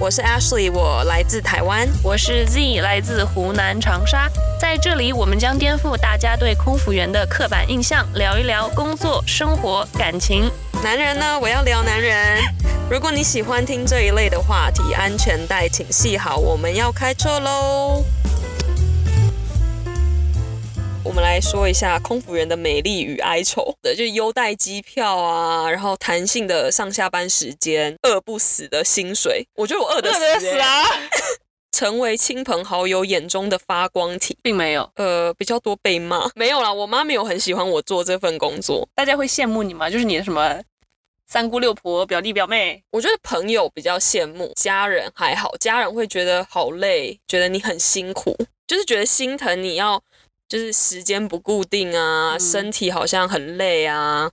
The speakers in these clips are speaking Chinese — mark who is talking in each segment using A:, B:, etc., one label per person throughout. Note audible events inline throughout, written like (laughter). A: 我是 Ashley，我来自台湾。
B: 我是 Z，来自湖南长沙。在这里，我们将颠覆大家对空服员的刻板印象，聊一聊工作、生活、感情。
A: 男人呢？我要聊男人。如果你喜欢听这一类的话题，安全带请系好，我们要开车喽。我们来说一下空服员的美丽与哀愁的，就优待机票啊，然后弹性的上下班时间，饿不死的薪水。我觉得我饿得死、欸，
B: 啊，
A: 成为亲朋好友眼中的发光体。
B: 并没有。
A: 呃，比较多被骂，没有啦，我妈没有很喜欢我做这份工作。
B: 大家会羡慕你吗？就是你的什么三姑六婆、表弟表妹，
A: 我觉得朋友比较羡慕，家人还好，家人会觉得好累，觉得你很辛苦，就是觉得心疼你要，就是时间不固定啊，
B: 嗯
A: 身体好像很累啊，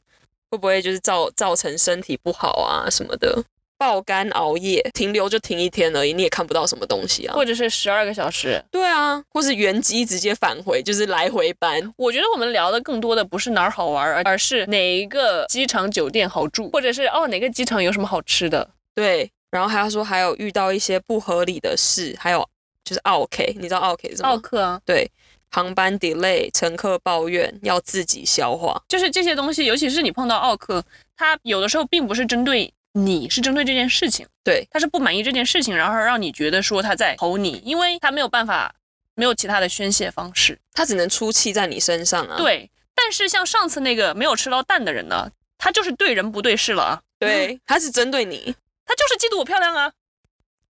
A: 会不会就是造造成身体不好啊什么的？爆肝熬夜，停留就停一天而已，你也看不到什么东西啊。
B: 或者是十二个小时。
A: 对啊，或是原机直接返回，就是来回班。
B: 我觉得我们聊的更多的不是哪儿好玩儿，而而是哪一个机场酒店好住，或者是哦哪个机场有什么好吃的。
A: 对，然后还要说还有遇到一些不合理的事，还有就是奥 K，你知道奥 K 是什么？
B: 奥克啊，
A: 对，航班 delay，乘客抱怨，要自己消化。
B: 就是这些东西，尤其是你碰到奥克，他有的时候并不是针对你，是针对这件事情，
A: 对
B: 他是不满意这件事情，然后让你觉得说他在吼你，因为他没有办法，没有其他的宣泄方式。
A: 他只能出气在你身上啊。
B: 对，但是像上次那个没有吃到蛋的人呢，他就是对人不对事了啊，
A: 对，他是针对你，
B: 他就是嫉妒我漂亮啊，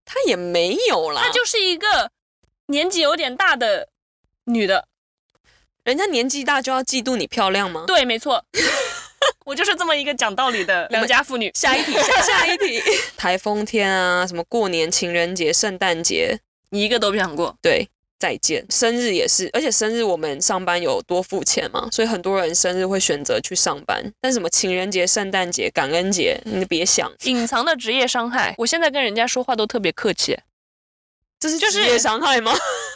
A: 他也没有啦。
B: 他就是一个年纪有点大的女的，
A: 人家年纪大就要嫉妒你漂亮吗？
B: 对，没错， (laughs) 我就是这么一个讲道理 (laughs) 的良家妇女。
A: 下一题，下下一题。 (laughs) 台风天啊，什么过年、情人节、圣诞节，
B: (laughs) 你一个都不想 (laughs) 过，
A: 对，再见。生日也是，而且生日我们上班有多付钱嘛，所以很多人生日会选择去上班。但什么情人节、圣诞节、感恩节，你别想，
B: 隐藏的职业伤害。我现在跟人家说话都特别客气，
A: 这是
B: 就是
A: 职业伤害吗？ (laughs)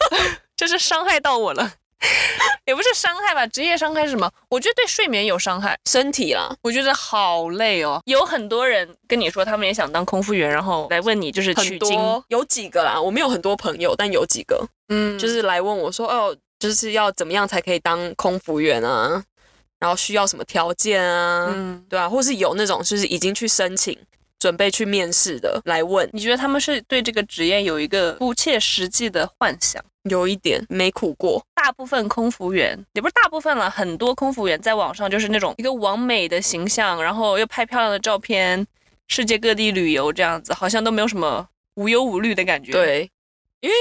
B: 这是伤害到我了， (laughs) 也不是伤害吧？职业伤害是什么？我觉得对睡眠有伤害，
A: 身体啦，
B: 我觉得好累哦。有很多人跟你说他们也想当空服员，然后来问你就是取
A: 很
B: 经，
A: 多有几个啦，我没有很多朋友，但有几个
B: 嗯，
A: 就
B: 就是
A: 是来问我说，哦，就是要怎么样才可以当空服员啊？然后需要什么条件啊？
B: 嗯。
A: 对啊，或是有那种就是已经去申请、准备去面试的来问，
B: 你觉得他们是对这个职业有一个不切实际的幻想？
A: 有一点没苦过，
B: 大部分空服员也不是大部分了，很多空服员在网上就是那种一个完美的形象，然后又拍漂亮的照片，世界各地旅游这样子，好像都没有什么无忧无虑的感觉。，
A: 对，因为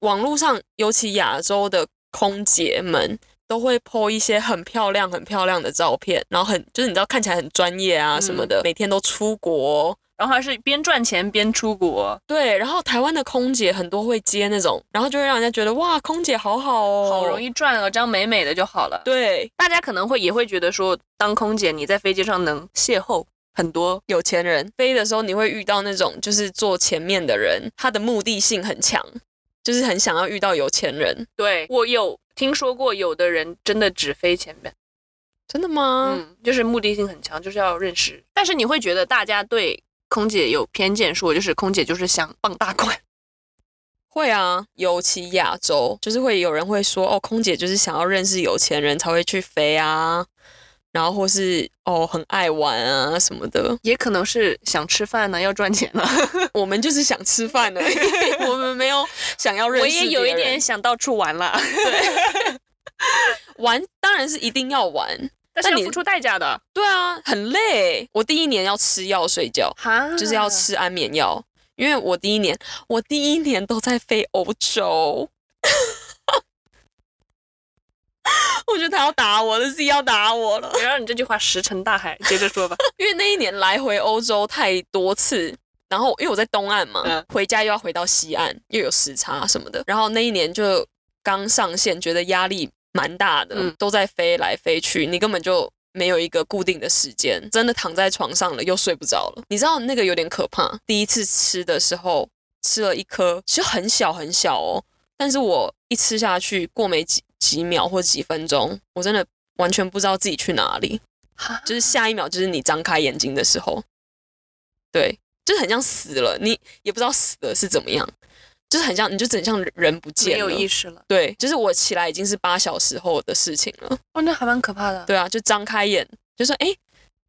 A: 网络上尤其亚洲的空姐们都会 po 一些很漂亮、很漂亮的照片，然后很就是你知道看起来很专业啊什
B: 嗯
A: 么的，每天都出国。
B: 然后还是边赚钱边出国，
A: 对，然后台湾的空姐很多会接那种，然后就会让人家觉得哇，空姐好好哦，
B: 好容
A: 易。
B: 易赚了张美美的就好了。，
A: 对，
B: 大家可能会也会觉得说，当空姐你在飞机上能邂逅很多，
A: 有钱人飞的时候，你会遇到那种就是坐前面的人，他的目的性很强，就是很想要遇到有钱人。
B: 对我有听说过，有的人真的只飞前面。
A: 真的吗？
B: 嗯，就是目的性很强，就是要认识。但是你会觉得大家对空姐有偏见，说就是空姐就是想傍大款，。
A: 会啊，尤其亚洲，就是会有人会说，哦，空姐就是想要认识有钱人才会去飞啊，然后或是哦很爱玩啊什么的 (laughs)
B: 也可能是想吃饭呢，要赚钱 (laughs) 呢。
A: 我们就是想吃饭而已， (laughs) 我们没有想要认
B: 我
A: 识
B: 也有
A: 别
B: 一
A: 人
B: 点想到处玩了，
A: 玩，当然是一定要玩。
B: (laughs) 但是
A: 那
B: 要
A: 你
B: 付出代价的，
A: 对啊，很累。我第一年要吃药睡觉，
B: 哈
A: 就是要吃安眠药，因为我第一年，我第一年都在飞欧洲。 (laughs) 我觉得他要打我了，自己要打我了。
B: 别让你这句话石沉大海。接着说吧，
A: (laughs) 因为那一年来回欧洲太多次，然后因为我在东岸嘛，
B: 嗯
A: 回家又要回到西岸，又有时差什么的，然后那一年就刚上线，觉得压力蛮大的，
B: 嗯
A: 都在飞来飞去，你根本就没有一个固定的时间，真的躺在床上了又睡不着了。你知道那个有点可怕。第一次吃的时候吃了一颗，其实很小很小哦，但是我一吃下去，过没几几秒或几分钟，我真的完全不知道自己去哪里，
B: 哈
A: 就是下一秒就是你张开眼睛的时候，对，就是很像死了，你也不知道死了是怎么样，就是很像你就整像人不见了，
B: 没有意识了。
A: 对，就是我起来已经是八小时后的事情了。
B: 哦，那还蛮可怕的。
A: 对啊，就张开眼就说，哎，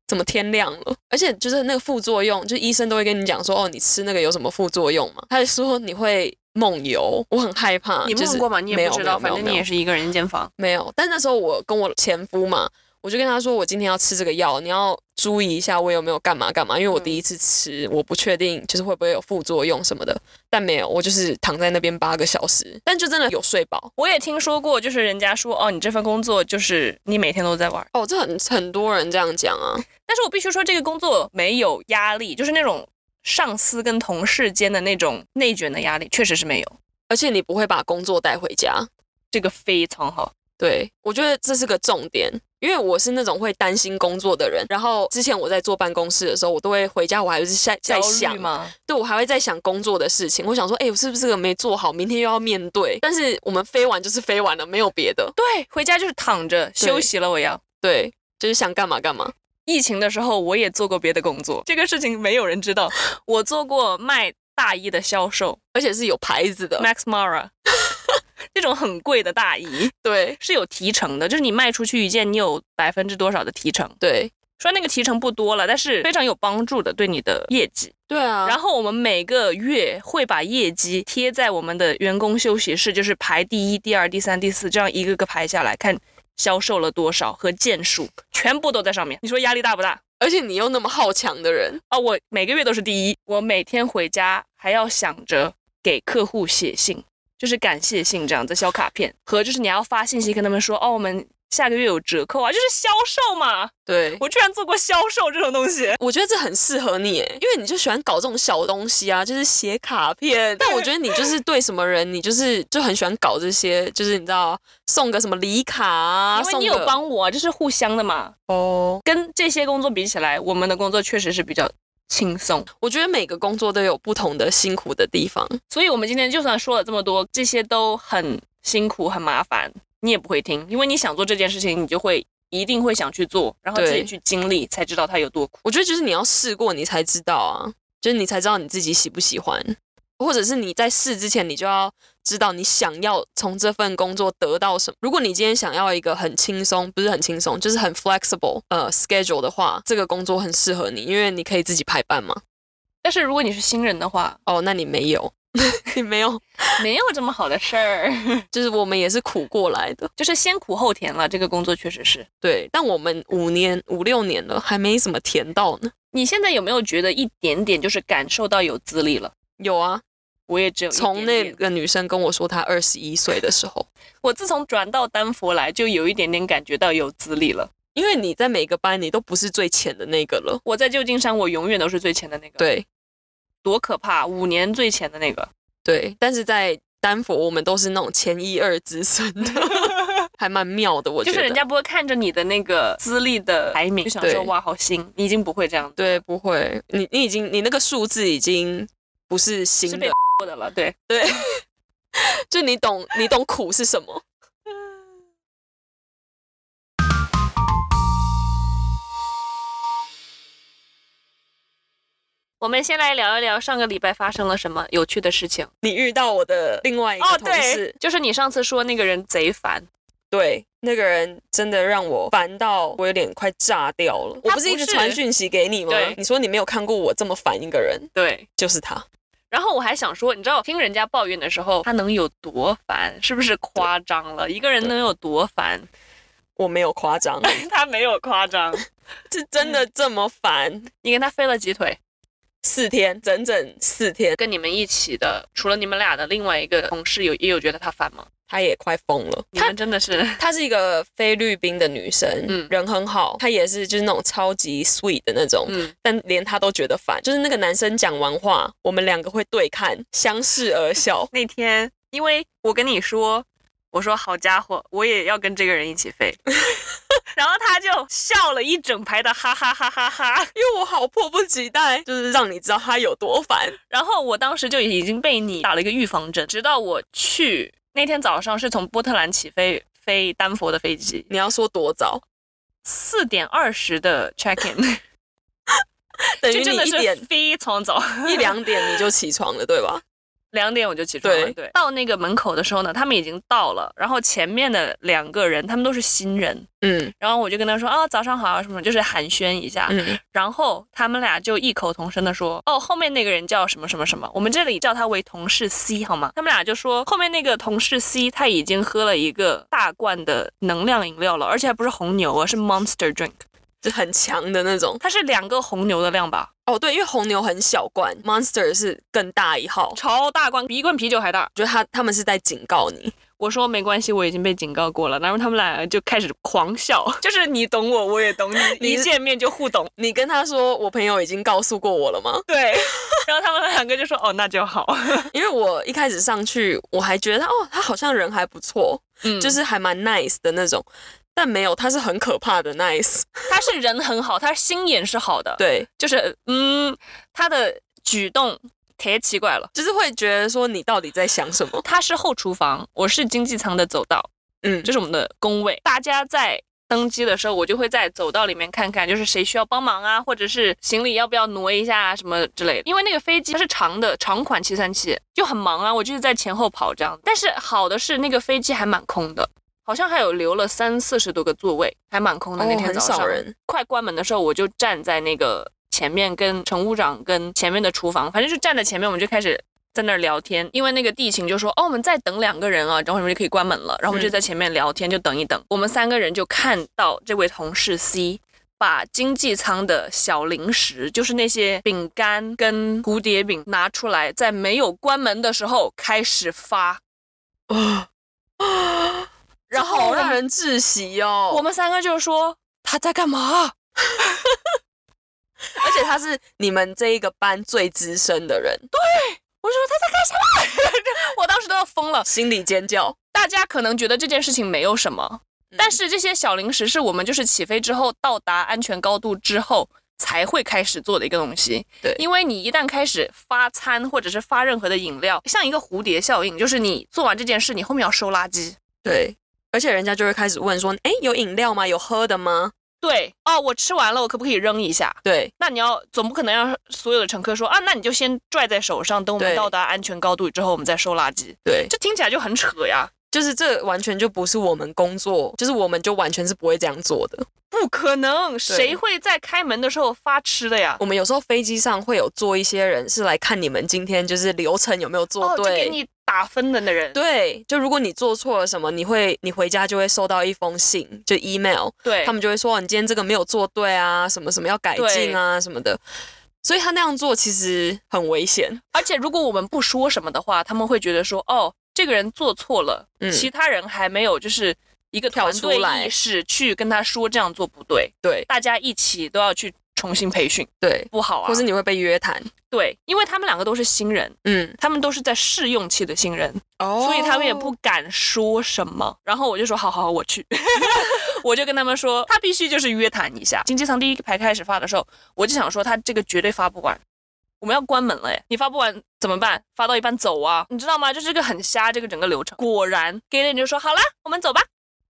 A: 怎么天亮了？而且就是那个副作用，就医生都会跟你讲说，哦，你吃那个有什么副作用嘛？他就说你会梦游，我很害怕。
B: 你
A: 就是
B: 梦过吗？你
A: 没
B: 也
A: 有
B: 不知
A: 没
B: 道，
A: 有没
B: 反
A: 有
B: 正
A: 没
B: 你
A: 有
B: 也是一个人一间房。
A: 没有，但那时候我跟我前夫嘛，我就跟他说，我今天要吃这个药，你要注意一下我有没有干嘛干嘛，因为我
B: 嗯
A: 第一次吃，我不确定就是会不会有副作用什么的。但没有，我就是躺在那边八个小时，但就真的有睡饱。
B: 我也听说过，就是人家说哦，你这份工作就是你每天都在玩儿，
A: 哦，这很很多人这样讲啊。
B: 但是我必须说这个工作没有压力，就是那种上司跟同事间的那种内卷的压力，确实是没有，
A: 而且你不会把工作带回家。
B: 这个非常好。
A: 对，我觉得这是个重点，因为我是那种会担心工作的人。然后之前我在坐办公室的时候，我都会回家，我还是在在
B: 焦
A: 想
B: 虑，吗？
A: 对我还会在想工作的事情。我想说，哎、我是不是这个没做好，明天又要面对？但是我们飞完就是飞完了，没有别的。
B: 对，哎回家就是躺着休息了。我要
A: 对，就是想干嘛干嘛。
B: 疫情的时候，我也做过别的工作，这个事情没有人 (laughs) 知道。我做过卖大衣的销售
A: 而且是有牌子的，
B: ，Max (laughs) Mara，这种很贵的大衣
A: 对
B: 是有提成的，就是你卖出去一件，你有百分之多少的提成。
A: 对
B: 说那个提成不多了，但是非常有帮助的，对你的业绩。
A: 对啊，
B: 然
A: 后
B: 后我们每个月会把业绩贴在我们的员工休息室，就是排第一、第二、第三、第四，这样一个个排下来看销售了多少和件数，全部都在上面。你说压力大不大？
A: 而且你又那么好强的人，
B: 啊、我每个月都是第一，我每天回家还要想着给客户写信，就是感谢信这样子，小卡片和就是你还要发信息跟他们说，哦，我们下个月有折扣啊，就是销售嘛。
A: 对。
B: 我居然做过销售这种东西。
A: 我觉得这很适合你耶，因为你就喜欢搞这种小东西啊，就是写卡片。但我觉得你就是对什么人，你就是就很喜欢搞这些，就是你知道送个什么礼卡啊，
B: 因为
A: 送
B: 你有
A: 个
B: 帮我，这是互相的嘛。
A: 哦。
B: 跟这些工作比起来，我们的工作确实是比较轻松。
A: 我觉得每个工作都有不同的辛苦的地方，
B: 所以，我们今天就算说了这么多，这些都很辛苦、很麻烦，你也不会听，因为你想做这件事情，你就会一定会想去做，然后
A: 对
B: 自己去经历，才知道它有多苦。
A: 我觉得就是你要试过，你才知道啊，就是你才知道你自己喜不喜欢，或者是你在试之前，你就要知道你想要从这份工作得到什么。如果你今天想要一个很轻松，不是很轻松，就是很 flexible 呃 schedule 的话，这个工作很适合你，因为你可以自己排班嘛。
B: 但是如果你是新人的话，
A: 哦，那你没有， (laughs) 你没有，
B: 没有这么好的事儿， (laughs)
A: 就是我们也是苦过来的，
B: 就是先苦后甜了。这个工作确实是。
A: 对。但我们五年五六年了，还没怎么甜到呢。
B: 你现在有没有觉得一点点就是感受到有资历了？
A: 有啊，
B: 我也只有一
A: 从
B: 点
A: 那
B: 点
A: 个女生跟我说她二十一岁的时候，
B: 我自从转到丹佛来，就有一点点感觉到有资历了。
A: 因为你在每个班你都不是最浅的那个了。
B: 我在旧金山，我永远都是最前的那个，，
A: 对啊
B: 多可怕！五年最前的那个，
A: 对，但是在丹佛我们都是那种前一二之身的， (laughs) 还蛮妙的，我觉
B: 就
A: 得。
B: 是人家不会看着你的那个资历的排名，就想
A: 对
B: 说哇，好新，你已经不会这样，
A: 对不会，你你已经你那个数字已经不是新
B: 是
A: 的
B: 被，过 (laughs) 的了，对。
A: 对，就你懂你懂苦是什么。
B: 我们先来聊一聊上个礼拜发生了什么有趣的事情哦
A: 你遇到我的另外一个同事，
B: 就是你上次说那个人贼烦，
A: 对那个人真的让我烦到我有点快炸掉了。我
B: 他
A: 不是一直
B: 不是
A: 传讯息给你吗
B: 对？
A: 你说你没有看过我这么烦一个人，
B: 对。
A: 就是他。
B: 然后我还想说，你知道，听人家抱怨的时候，他能有多烦？是不是夸张了？一个人能有多烦？
A: 我没有夸张，
B: (laughs) 他没有夸张，
A: (laughs) 是真的这么 (laughs) 烦。
B: (laughs) 你跟他飞了几腿？
A: 四天，整整四天，
B: 跟你们一起的，除了你们俩的另外一个同事有也有觉得他烦吗？
A: 他也快疯了。
B: 你们真的是
A: 她是一个菲律宾的女生，
B: 嗯
A: 人很好，她也是就是那种超级 sweet 的那种，
B: 嗯。
A: 但连她都觉得烦。就是那个男生讲完话，我们两个会对看，相视而笑
B: 那天，因为我跟你说，我说好家伙，我也要跟这个人一
A: (laughs)
B: 起飞。然后他就笑了一整排的哈哈哈哈哈。
A: 因为我好迫不及待，就是让你知道他有多烦。
B: 然后我当时就已经被你打了一个预防针，直到我去那天早上是从波特兰起飞飞丹佛的飞机，
A: 你要说多早，
B: 四点二十的 check in，
A: (laughs) 等于
B: 这真的
A: 你一
B: 是 (laughs)
A: 点
B: 非常早，
A: 一两点你就起床了，对吧？
B: (laughs) 两点我就起床了。
A: 对
B: 对，到那个门口的时候呢，他们已经到了，然后前面的两个人他们都是新人，
A: 嗯
B: 然后我就跟他说啊早上好啊什么，就是寒暄一下，
A: 嗯，
B: 然后他们俩就异口同声的说：“哦，后面那个人叫什么什么什么，我们这里叫他为同事 C 好吗？”他们俩就说后面那个同事 C 他已经喝了一个大罐的能量饮料了，而且还不是红牛啊，是 Monster Drink，
A: 就很强的那种。
B: 它是两个红牛的量吧，
A: 哦，对，因为红牛很小罐，Monster 是更大一号。我
B: 超大罐，比一罐啤酒还大。
A: 觉得他他们是在警告你，
B: 我说没关系，我已经被警告过了。然后他们俩就开始狂笑， (laughs) 就是你懂我，我也懂 (laughs) 你，
A: 你
B: 一见面就互懂。 (laughs)
A: 你跟他说我朋友已经告诉过我了吗？ (laughs)
B: 对，然后他们两个就说：“哦，那就好。
A: 因为我一开始上去我还觉得哦，他好像人还不错，”
B: (laughs) 嗯
A: 就是还蛮 nice 的那种，但没有，他是很可怕的 nice。
B: 他是人很好，他心眼是好的。
A: 对，
B: 就是嗯，他的举动太奇怪了。
A: 就是会觉得说你到底在想什么？
B: 他是后厨房，我是经济舱的走道，
A: 嗯， (gasps)
B: 这是我们的工位。大家在登机的时候，我就会在走道里面看看，就是谁需要帮忙啊，或者是行李要不要挪一下啊什么之类的。因为那个飞机它是长的长款七三七，就很忙啊，我就是在前后跑这样。但是好的是那个飞机还蛮空的。好像还有留了三四十多个座位，还蛮空的。
A: 哦
B: 那天
A: 很
B: 早上、
A: 少人
B: 快关门的时候，我就站在那个前面，跟乘务长跟前面的厨房，反正就站在前面，我们就开始在那儿聊天。因为那个地勤就说：“哦，我们再等两个人啊，然后你们就可以关门了。”然后我们
A: 嗯
B: 就在前面聊天，就等一等。我们三个人就看到这位同事 C。把经济舱的小零食，就是那些饼干跟蝴蝶饼拿出来，在没有关门的时候开始发，
A: 啊啊，
B: 然后
A: 好
B: 我们
A: 让人窒息哦。
B: 我们三个就说他在干嘛？
A: 而且他是你们这一个班最资深的人，
B: 我就说他在干什么？我 (laughs) 当时都要疯了。
A: 心里尖叫。
B: 大家可能觉得这件事情没有什么，
A: 嗯
B: 但是这些小零食是我们就是起飞之后到达安全高度之后才会开始做的一个东西。
A: 对
B: 因为你一旦开始发餐或者是发任何的饮料，像一个蝴蝶效应，就是你做完这件事，你后面要收垃圾。
A: 对，而且人家就会开始问说：“哎，有饮料吗？有喝的吗
B: 对，哦，我吃完了，我可不可以扔一下？？”
A: 对，
B: 那你要总不可能让所有的乘客说啊，那你就先拽在手上，等我们
A: 对
B: 到达安全高度之后，我们再收垃圾。
A: 对，
B: 这听起来就很扯呀。
A: 就是这完全就不是我们工作，就是我们就完全是不会这样做的。
B: 不可能，谁会在开门的时候发吃的呀？
A: 我们有时候飞机上会有坐一些人是来看你们今天就是流程有没有做
B: 哦，就
A: 对。
B: 给你打分的那人。
A: 对，就如果你做错了什么，你会你回家就会收到一封信，就 email，
B: 对，
A: 他们就会说哦你今天这个没有做对啊，什么什么要改进啊什么的。所以他那样做其实很危险。
B: 而且如果我们不说什么的话，他们会觉得说，哦，这个人做错了，
A: 嗯
B: 其他人还没有就是一个团
A: 跳
B: 队
A: 出来
B: 意识去跟他说这样做不对，
A: 对
B: 大家一起都要去重新培训，
A: 对，
B: 不好啊。
A: 或是你会被约谈。
B: 对，因为他们两个都是新人，
A: 嗯，
B: 他们都是在试用期的新人，
A: 哦
B: 所以他们也不敢说什么。然后我就说好好好，
A: (laughs)
B: 我去，我就跟他们说，他必须就是约谈一下。经济舱第一排开始发的时候，我就想说他这个绝对发不完，我们要关门了耶，你发不完怎么办？发到一半走啊，你知道吗？就是这个很瞎这个整个流程。果然 g a l e n 就说好啦，我们走吧。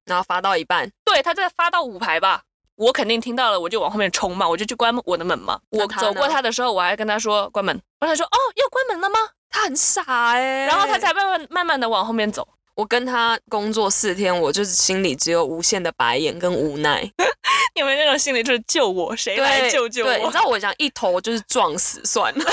A: 然后发到一半，
B: 对，他在发到五排吧。我肯定听到了，我就往后面冲嘛，我就去关我的门嘛。
A: 那
B: 我
A: 他
B: 走过
A: 呢
B: 他的时候，我还跟他说关门，然后他说哦要关门了吗？
A: 他很傻哎、
B: 然后他才慢慢慢慢的往后面走。
A: 我跟他工作四天，我就是心里只有无限的白眼跟无奈。
B: 你们那种心理就是救我，谁来救救
A: 对，你
B: 我 (laughs)
A: 知？道我想一头就是撞死算了。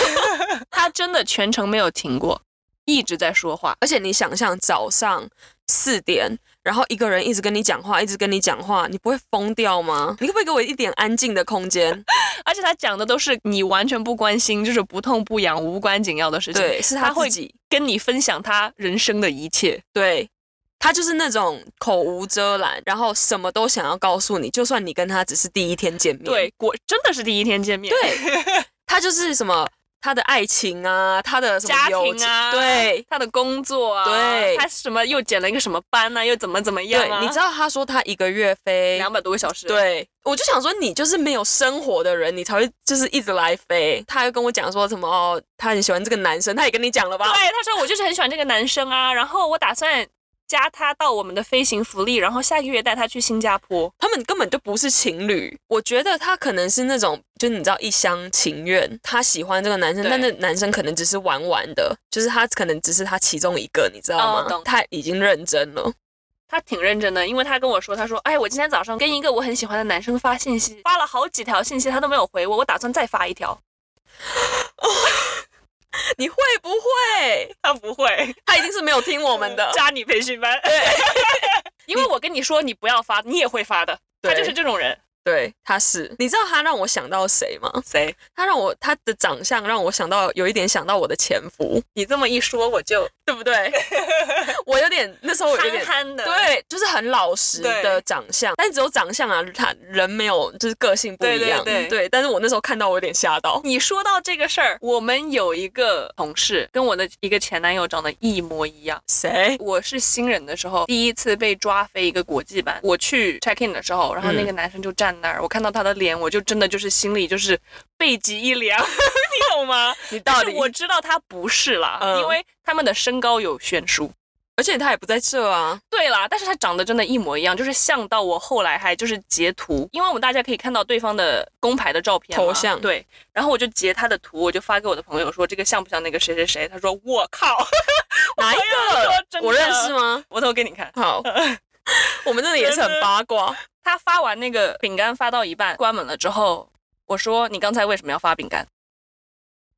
B: 他真的全程没有停过，一直在说话。
A: 而且你想象早上四点，然后一个人一直跟你讲话，一直跟你讲话，你不会疯掉吗？你可不可以给我一点安静的空
B: (laughs)
A: 间？
B: 而且他讲的都是你完全不关心，就是不痛不痒、无关紧要的事情。
A: 对，是
B: 他
A: 他
B: 会
A: 自己。
B: 跟你分享他人生的一切。
A: 对，他就是那种口无遮拦，然后什么都想要告诉你，就算你跟他只是第一天见面，
B: 对，果真的是第一天见面。
A: 对，他就是什么他的爱情啊，他的什么
B: 家
A: 友
B: 庭啊，
A: 对，
B: 他的工作啊，
A: 对
B: 他什么又捡了一个什么班呢、又怎么怎么样
A: 对
B: 啊？，
A: 你知道他说他一个月飞
B: 两百多个小时，，
A: 对，我就想说你就是没有生活的人，你才会就是一直来飞。他又跟我讲说什么哦，他很喜欢这个男生，他也跟你讲了吧？
B: 对，他说我就是很喜欢这个男生啊，然后我打算加他到我们的飞行福利，然后下个月带他去新加坡。
A: 他们根本就不是情侣。我觉得他可能是那种，就你知道一厢情愿，他喜欢这个男生，
B: 对
A: 但那男生可能只是玩玩的，就是他可能只是他其中一个，你知道
B: 哦
A: 吗？
B: 懂
A: 他已经认真了， (laughs)
B: 他挺认真的，因为他跟我说，他说，哎，我今天早上跟一个我很喜欢的男生发信息，发了好几条信息，他都没有回我，我打算再发一条。
A: 你会不会？
B: (laughs) 他不 (laughs) 会，。
A: 他一定是没有听我们的
B: (laughs) 加你培训班， (laughs) 因为我跟你说你不要发，你也会发的，他
A: 对
B: 就是这种人。
A: 对，他是。你知道他让我想到谁吗？
B: 谁？
A: 他让我他的长相让我想到有一点想到我的前夫，
B: 你这么一说，我就
A: 对不对？ (laughs) 我有点那时候我有
B: 憨
A: 点
B: 憨的，
A: 对，就是很老实
B: 对
A: 的长相，但只有长相啊，他人没有，就是个性不
B: 对
A: 一
B: 对
A: 样。
B: 对
A: 但是我那时候看到我有点吓
B: (laughs)
A: 到。
B: 你说到这个事儿，我们有一个同事跟我的一个前男友长得一模一样。
A: 谁？
B: 我是新人的时候，第一次被抓飞一个国际班。我去 check in 的时
A: 嗯
B: 候，然后那个男生就站那儿，我看到他的脸，我就真的就是心里就是背脊一凉， (laughs) 你懂吗？
A: (laughs) 你 (laughs) 到
B: 但是
A: 底？
B: 我知道他不是啦，
A: 嗯
B: 因为他们的身高有悬殊。
A: 而且他也不在这
B: (laughs)
A: 啊。
B: 对啦，但是他长得真的一模一样，就是像到我后来还就是截图，因为我们大家可以看到对方的公牌的照片嘛
A: 头像
B: 对，然后我就截他的图，我就发给我的朋友说这个像不像那个谁谁谁，他说我靠， (laughs)
A: 哪一
B: 朋友说
A: 个
B: 真？的
A: 我认识吗？
B: 我头给你看， (laughs)
A: 好，我们真的也是很八卦。
B: 他发完那个饼干发到一半关门了之后，我说你刚才为什么要发饼干？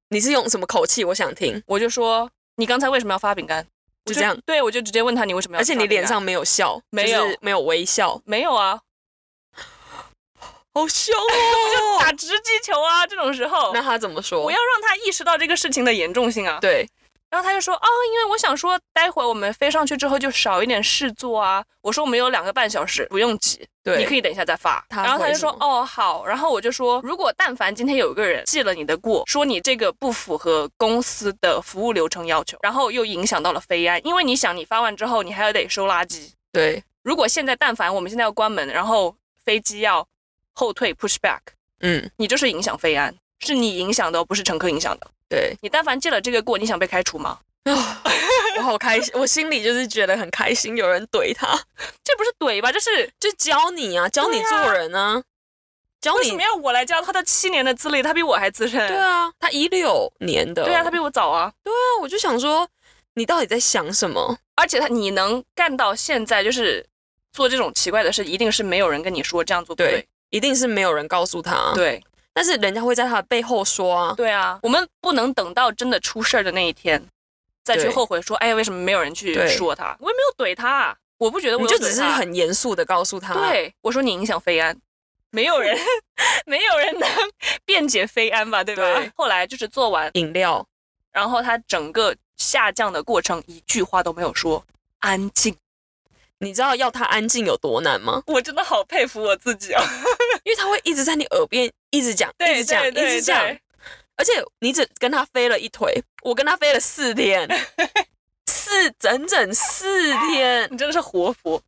A: 你是用什么口气？我想听。
B: 我就说你刚才为什么要发饼干？我
A: 就这样，
B: 对我就直接问他你为什么
A: 而
B: 要发饼
A: 且
B: 干？
A: 你脸上没有笑，
B: 没
A: 就
B: 有
A: 是没有微笑，
B: 没有啊，
A: 好凶
B: (laughs)
A: 哦。 (laughs)
B: 打直击球啊，这种时候
A: 那。他怎么说
B: 我要？让他意识到这个事情的严重性啊！
A: 对，
B: 然后他就说，哦，因为我想说，待会儿我们飞上去之后就少一点事做啊。我说我们有两个半小时，不用急，
A: 对
B: 你可以等一下再发。
A: 他
B: 然后他
A: 回
B: 就
A: 什
B: 说
A: 么，
B: 哦，好。然后我就说，如果但凡今天有一个人记了你的过， (laughs) 说你这个不符合公司的服务流程要求，然后又影响到了飞安，因为你想，你发完之后你还要得收垃圾。
A: 对，
B: 如果现在但凡我们现在要关门，然后飞机要后退 push back，
A: 嗯，
B: 你就是影响飞安，是你影响的哦，不是乘客影响的。
A: 对。
B: 你但凡记了这个过，你想被开除吗？ (laughs)
A: 啊，我好开心，我心里就是觉得很开心，有人怼他，
B: 这不是怼吧？这是
A: 就教你啊，教你
B: 对啊
A: 做人啊，教
B: 为
A: 你
B: 什么要我来教他的七年的资历？他比我还资深。
A: 对啊，他一六年的，
B: 对啊，他比我早啊。
A: 那我就想说，你到底在想什么？
B: 而且他你能干到现在，就是做这种奇怪的事，一定是没有人跟你说这样做不对
A: 对。嗯一定是没有人告诉他，，
B: 对
A: 但是人家会在他的背后说啊，
B: 对啊，我们不能等到真的出事儿的那一天，再去
A: 对
B: 后悔说，哎呀，为什么没有人去
A: 对
B: 说他？我也没有怼他，我不觉得我
A: 你
B: 有
A: 就
B: 怼
A: 只是
B: 他
A: 很啊严肃的告诉他，，
B: 对我说你影响飞安， (laughs) 没有人没有人能辩解飞安吧，对吧？
A: 对
B: 后来就是做完
A: 饮料，
B: 然后他整个下降的过程一句话都没有说，安静。
A: 你知道要他安静有多难
B: (laughs)
A: 吗？
B: 我真的好佩服我自己哦。
A: 因为他会一直在你耳边一直讲，啊 (laughs) 一
B: 对
A: 直讲，
B: 对
A: 一
B: 对
A: 直讲
B: 对，，
A: 而且你只跟他飞了一腿，我跟他飞了四
B: (laughs)
A: 天，四整整四天，
B: (laughs) 你真的是活佛，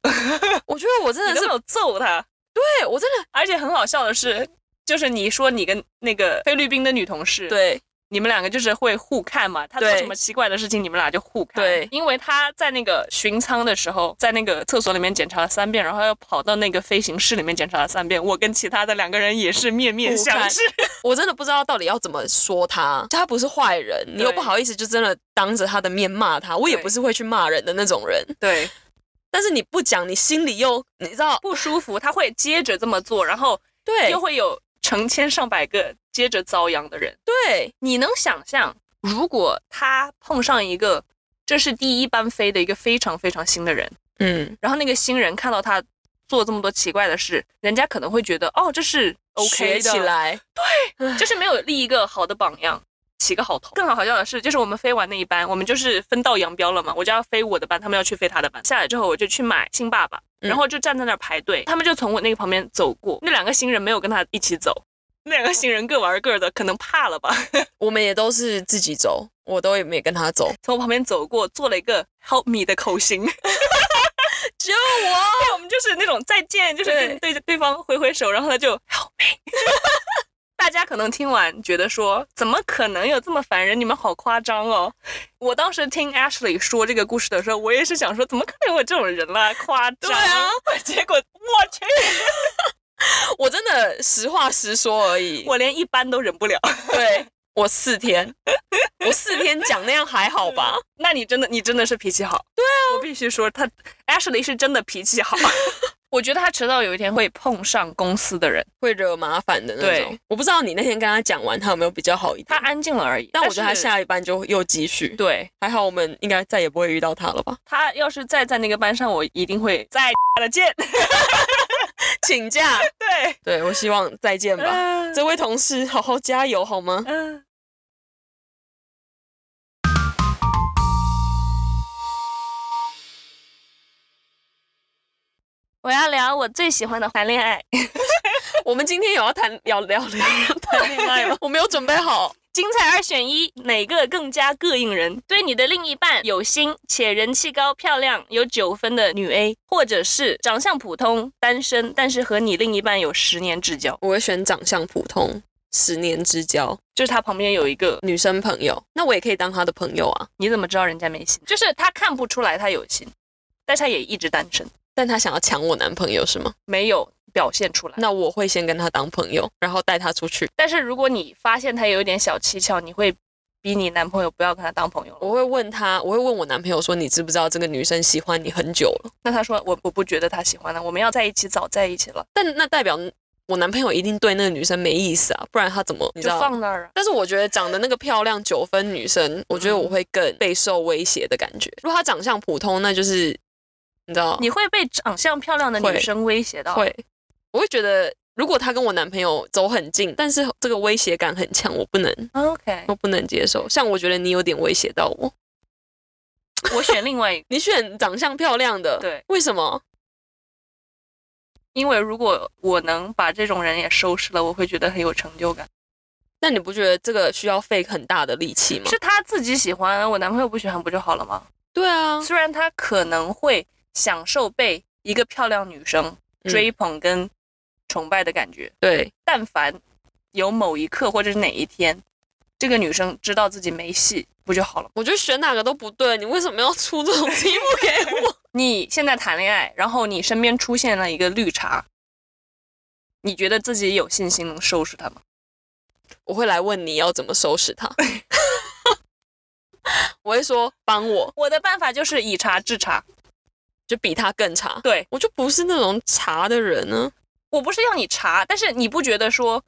A: 我觉得我真的
B: 你都
A: 是
B: 没，有揍他。
A: 对我真的
B: 而且很好笑的是，就是你说你跟那个菲律宾的女同事，，
A: 对
B: 你们两个就是会互看嘛，他做
A: 对
B: 什么奇怪的事情，你们俩就互看。
A: 对
B: 因为他在那个巡仓的时候，在那个厕所里面检查了三遍，然后又跑到那个飞行室里面检查了三遍，我跟其他的两个人也是面面
A: 互
B: 相
A: 看
B: 视。
A: 我真的不知道到底要怎么说他，他不是坏人，你又
B: 对
A: 不好意思就真的当着他的面骂他，我也
B: 对
A: 不是会去骂人的那种人，
B: 对，
A: 但是你不讲，你心里又你知道，
B: (laughs) 不舒服，他会接着这么做，然后
A: 对
B: 又会有成千上百个接着遭殃的人。
A: 对，
B: 你能想象，如果他碰上一个这是第一班飞的一个非常非常新的人，
A: 嗯
B: 然后那个新人看到他做这么多奇怪的事，人家可能会觉得哦，这是 OK
A: 学起
B: 的，
A: 来，
B: 就是没有立一个好的榜样。起个好头。更好好笑的是，就是我们飞完那一班，我们就是分道扬镳了嘛。我就要飞我的班，他们要去飞他的班。下来之后，我就去买新爸爸，
A: 嗯
B: 然后就站在那儿排队。他们就从我那个旁边走过，那两个新人没有跟他一起走，两个行人各玩各的，可能怕了吧。
A: 我们也都是自己走，我都也没跟他
B: (laughs)
A: 走，
B: 从我旁边走过，做了一个 “help me” 的口型。 (laughs)
A: 救我！
B: 对，我们就是那种再见，就是跟对对方挥挥手，然后他就 help me。大家可能听完觉得说，怎么可能有这么烦人？你们好夸张哦！我当时听 Ashley 说这个故事的时候，我也是想说，怎么可能有这种人啦？夸张！
A: 对啊，
B: 结果我去，
A: (laughs) 我真的实话实说而已。
B: 我连一般都忍不了。
A: 对我四天，我四天讲那样还好
B: (laughs)
A: 吧？
B: 那你真的，你真的是脾气好。对啊，我必须说，他 Ashley 是真的脾气
A: (laughs)
B: 好。我觉得他迟早有一天会碰上公司的人，
A: 会惹麻烦的那种
B: 对。
A: 我不知道你那天跟他讲完，他有没有比较好一
B: 他
A: 点？
B: 安静了而已。
A: 但我觉得他
B: 是
A: 下一班就又继续。
B: 对
A: 还好我们应该再也不会遇到他了吧？
B: 他要是再在那个班上，我一定会再 (laughs) 了见。
A: 请假。
B: 对，
A: (laughs) 对，我希望再见
B: (laughs)
A: 吧。
B: 嗯
A: 这位同事，好好加油好
B: (laughs)
A: 吗？
B: 嗯，我要聊我最喜欢的谈恋爱。 (laughs)
A: 我们今天有要谈聊聊聊谈恋爱吗？我没有准备好。
B: 精彩二选一，哪个更加膈应人？对你的另一半有心且人气高、漂亮、有九分的女 A，或者是长相普通、单身，但是和你另一半有十年之交，
A: 我会选长相普通，十年之交，
B: 就是他旁边有一个，
A: 女生朋友，那我也可以当她的朋友啊。
B: 你怎么知道人家没心？就是他看不出来他有心，但是他也一直单身，
A: 但她想要抢我男朋友是吗？
B: 没有表现出来。
A: 那我会先跟她当朋友，然后带她出去。
B: 但是如果你发现他有一点小蹊跷，你会逼你男朋友不要跟他当朋友了。
A: 我会问她，我会问我男朋友说，你知不知道这个女生喜欢你很久了？
B: 那他说我我不觉得他喜欢了，我们要在一起早在一起了，
A: 但那代表我男朋友一定对那个女生没意思啊，不然他怎么你知
B: 就
A: 道？
B: 放那儿啊。
A: 但是我觉得长得那个漂亮九分女生，我觉得我会更备受威胁的感觉。如果她长相普通，那就是你知道，
B: 你会被长相漂亮的
A: 会
B: 女生威胁到，
A: 会，我会觉得如果她跟我男朋友走很近，但是这个威胁感很强，我不能，
B: OK，
A: 我不能接受。像我觉得你有点威胁到我，
B: 我选另外一个，
A: 你选长相漂亮的，
B: 对，
A: 为什么？
B: 因为如果我能把这种人也收拾了，我会觉得很有成就感。
A: 那你不觉得这个需要费很大的力气吗？
B: 是他自己喜欢，我男朋友不喜欢不就好了吗？
A: 对啊，
B: 虽然他可能会享受被一个漂亮女生
A: 嗯
B: 追捧跟崇拜的感觉，
A: 对
B: 但凡有某一刻或者是哪一天，这个女生知道自己没戏，不就好了吗？
A: 我觉得选哪个都不对，你为什么要出这种题目给我？
B: 你现在谈恋爱，然后你身边出现了一个绿茶，你觉得自己有信心能收拾她吗？
A: 我会来问你要怎么收拾他。我会说帮我，
B: 我的办法就是以茶制茶，
A: 就比他更差。
B: 对
A: 我就不是那种茶的人啊呢、
B: 我不是要你茶，但是你不觉得说，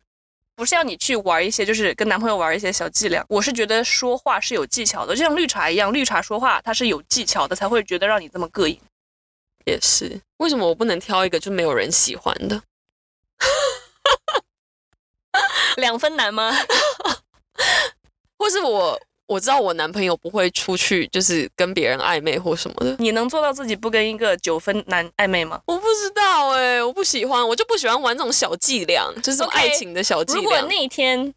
B: 不是要你去玩一些，就是跟男朋友玩一些小伎俩。我是觉得说话是有技巧的，就像绿茶一样，绿茶说话它是有技巧的，才会觉得让你这么膈应。
A: 也是，为什么我不能挑一个就没有人喜欢的？
B: 两分难吗？
A: 或是我我知道我男朋友不会出去，就是跟别人暧昧或什么的。
B: (laughs) 你能做到自己不跟一个九分男暧昧吗？
A: 我不知道哎、我不喜欢，我就不喜欢玩这种小伎俩，就是这种
B: OK，
A: 爱情的小伎
B: 如果
A: 俩。
B: 那天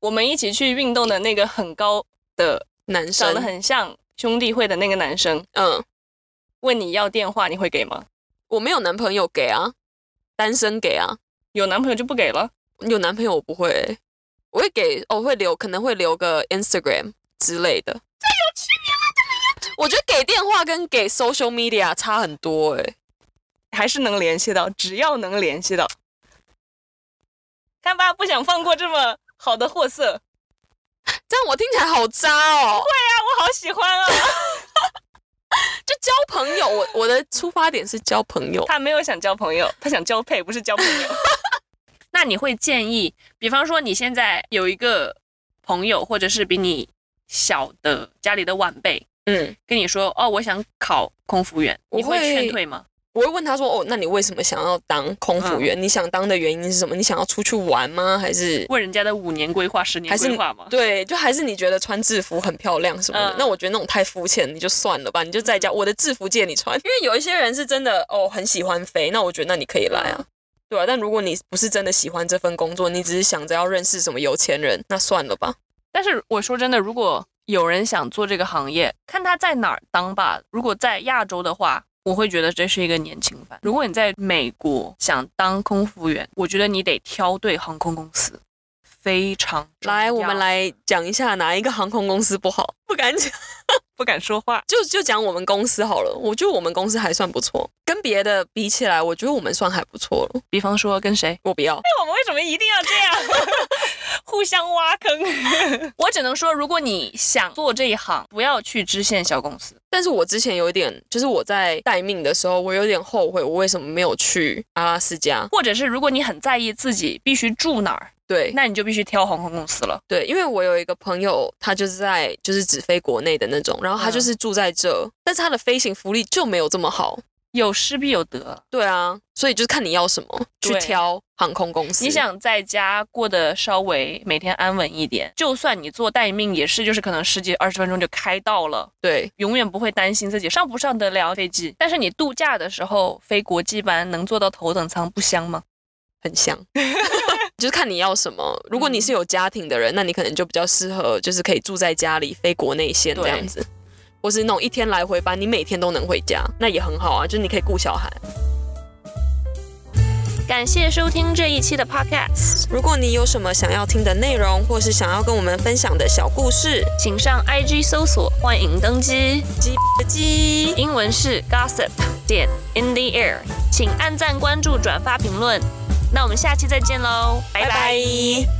B: 我们一起去运动的那个很高的、
A: 男
B: 长
A: 生
B: 得很像兄弟会的那个男生
A: 嗯，
B: 问你要电话，你会给吗？
A: 我没有男朋友给啊，单身给啊，
B: 有男朋友就不给了。
A: 有男朋友我不会、我会给，哦我会留，可能会留个 Instagram 之类的。这有区别吗？这没有。我觉得给电话跟给 social media 差很多哎、
B: 还是能联系到，只要能联系到。看吧，不想放过这么好的货色，啊
A: 这样我听起来好渣哦。
B: 我好喜欢啊！ (laughs)
A: 就交朋友，我我的出发点是交朋友。
B: 他没有想交朋友，他想交配，不是交朋友。 (laughs) 那你会建议，比方说你现在有一个朋友，或者是比你小的家里的晚辈，
A: 嗯，
B: 跟你说哦，我想考空服员，
A: 我
B: 你会
A: 会
B: 劝退吗？
A: 我会问他说：“哦，那你为什么想要当空
B: 嗯
A: 服员？你想当的原因是什么？你想要出去玩吗？还是
B: 问人家的五年规划、十年
A: 还是
B: 规划吗？
A: 对，就还是你觉得穿制服很漂亮什么的？
B: 嗯
A: 那我觉得那种太肤浅，你就算了吧，你就在家。我的制服借你穿，因为有一些人是真的哦，很喜欢飞，那我觉得那你可以来啊。对啊，但如果你不是真的喜欢这份工作，你只是想着要认识什么有钱人，那算了吧。
B: 但是我说真的，如果有人想做这个行业，看他在哪儿当吧。如果在亚洲的话，我会觉得这是一个年轻番。如果你在美国想当空服员，我觉得你得挑对航空公司，非常重
A: 来，我
B: 要
A: 们来讲一下哪一个航空公司不好，不敢讲，
B: 不敢说话。
A: 就就讲我们公司好了。我觉得我们公司还算不错，跟别的比起来，我觉得我们算还不错了。
B: 比方说跟谁？
A: 我不要，
B: 哎我们为什么一定要这样 (laughs) 互相挖坑？ (laughs) 我只能说，如果你想做这一行，不要去支线小公司。
A: 但是我之前有一点，就是我在待命的时候，我有点后悔，我为什么没有去阿拉斯加？
B: 或者是如果你很在意自己必须住哪儿，
A: 对
B: 那你就必须挑航空公司了。
A: 对，因为我有一个朋友，他就是在就是只飞国内的那种，然后他
B: 嗯
A: 就是住在这，但是他的飞行福利就没有这么好。
B: 有失必有得。
A: 对啊，所以就是看你要什么，去
B: 对
A: 挑航空公司。
B: 你想在家过得稍微每天安稳一点，就算你做待命也是，就是可能十几二十分钟就开到了，
A: 对
B: 永远不会担心自己上不上得了飞机。但是你度假的时候飞国际班能坐到头等舱，不香吗？
A: 很像， (laughs) 就是看你要什么。如果你是有家庭的人，那你可能就比较适合，就是可以住在家里飞国内线这
B: 对
A: 样子，或是那种一天来回班，你每天都能回家，那也很好啊，就是你可以顾小孩。
B: 感谢收听这一期的 Podcast，
A: 如果你有什么想要听的内容，或是想要跟我们分享的小故事，
B: 请上 IG 搜索“欢迎登机
A: 鸡鸡”，。
B: 英文是 Gossip 点 In the Air，请按赞、关注、转发、评论。那我们下期再见喽，拜拜
A: 拜拜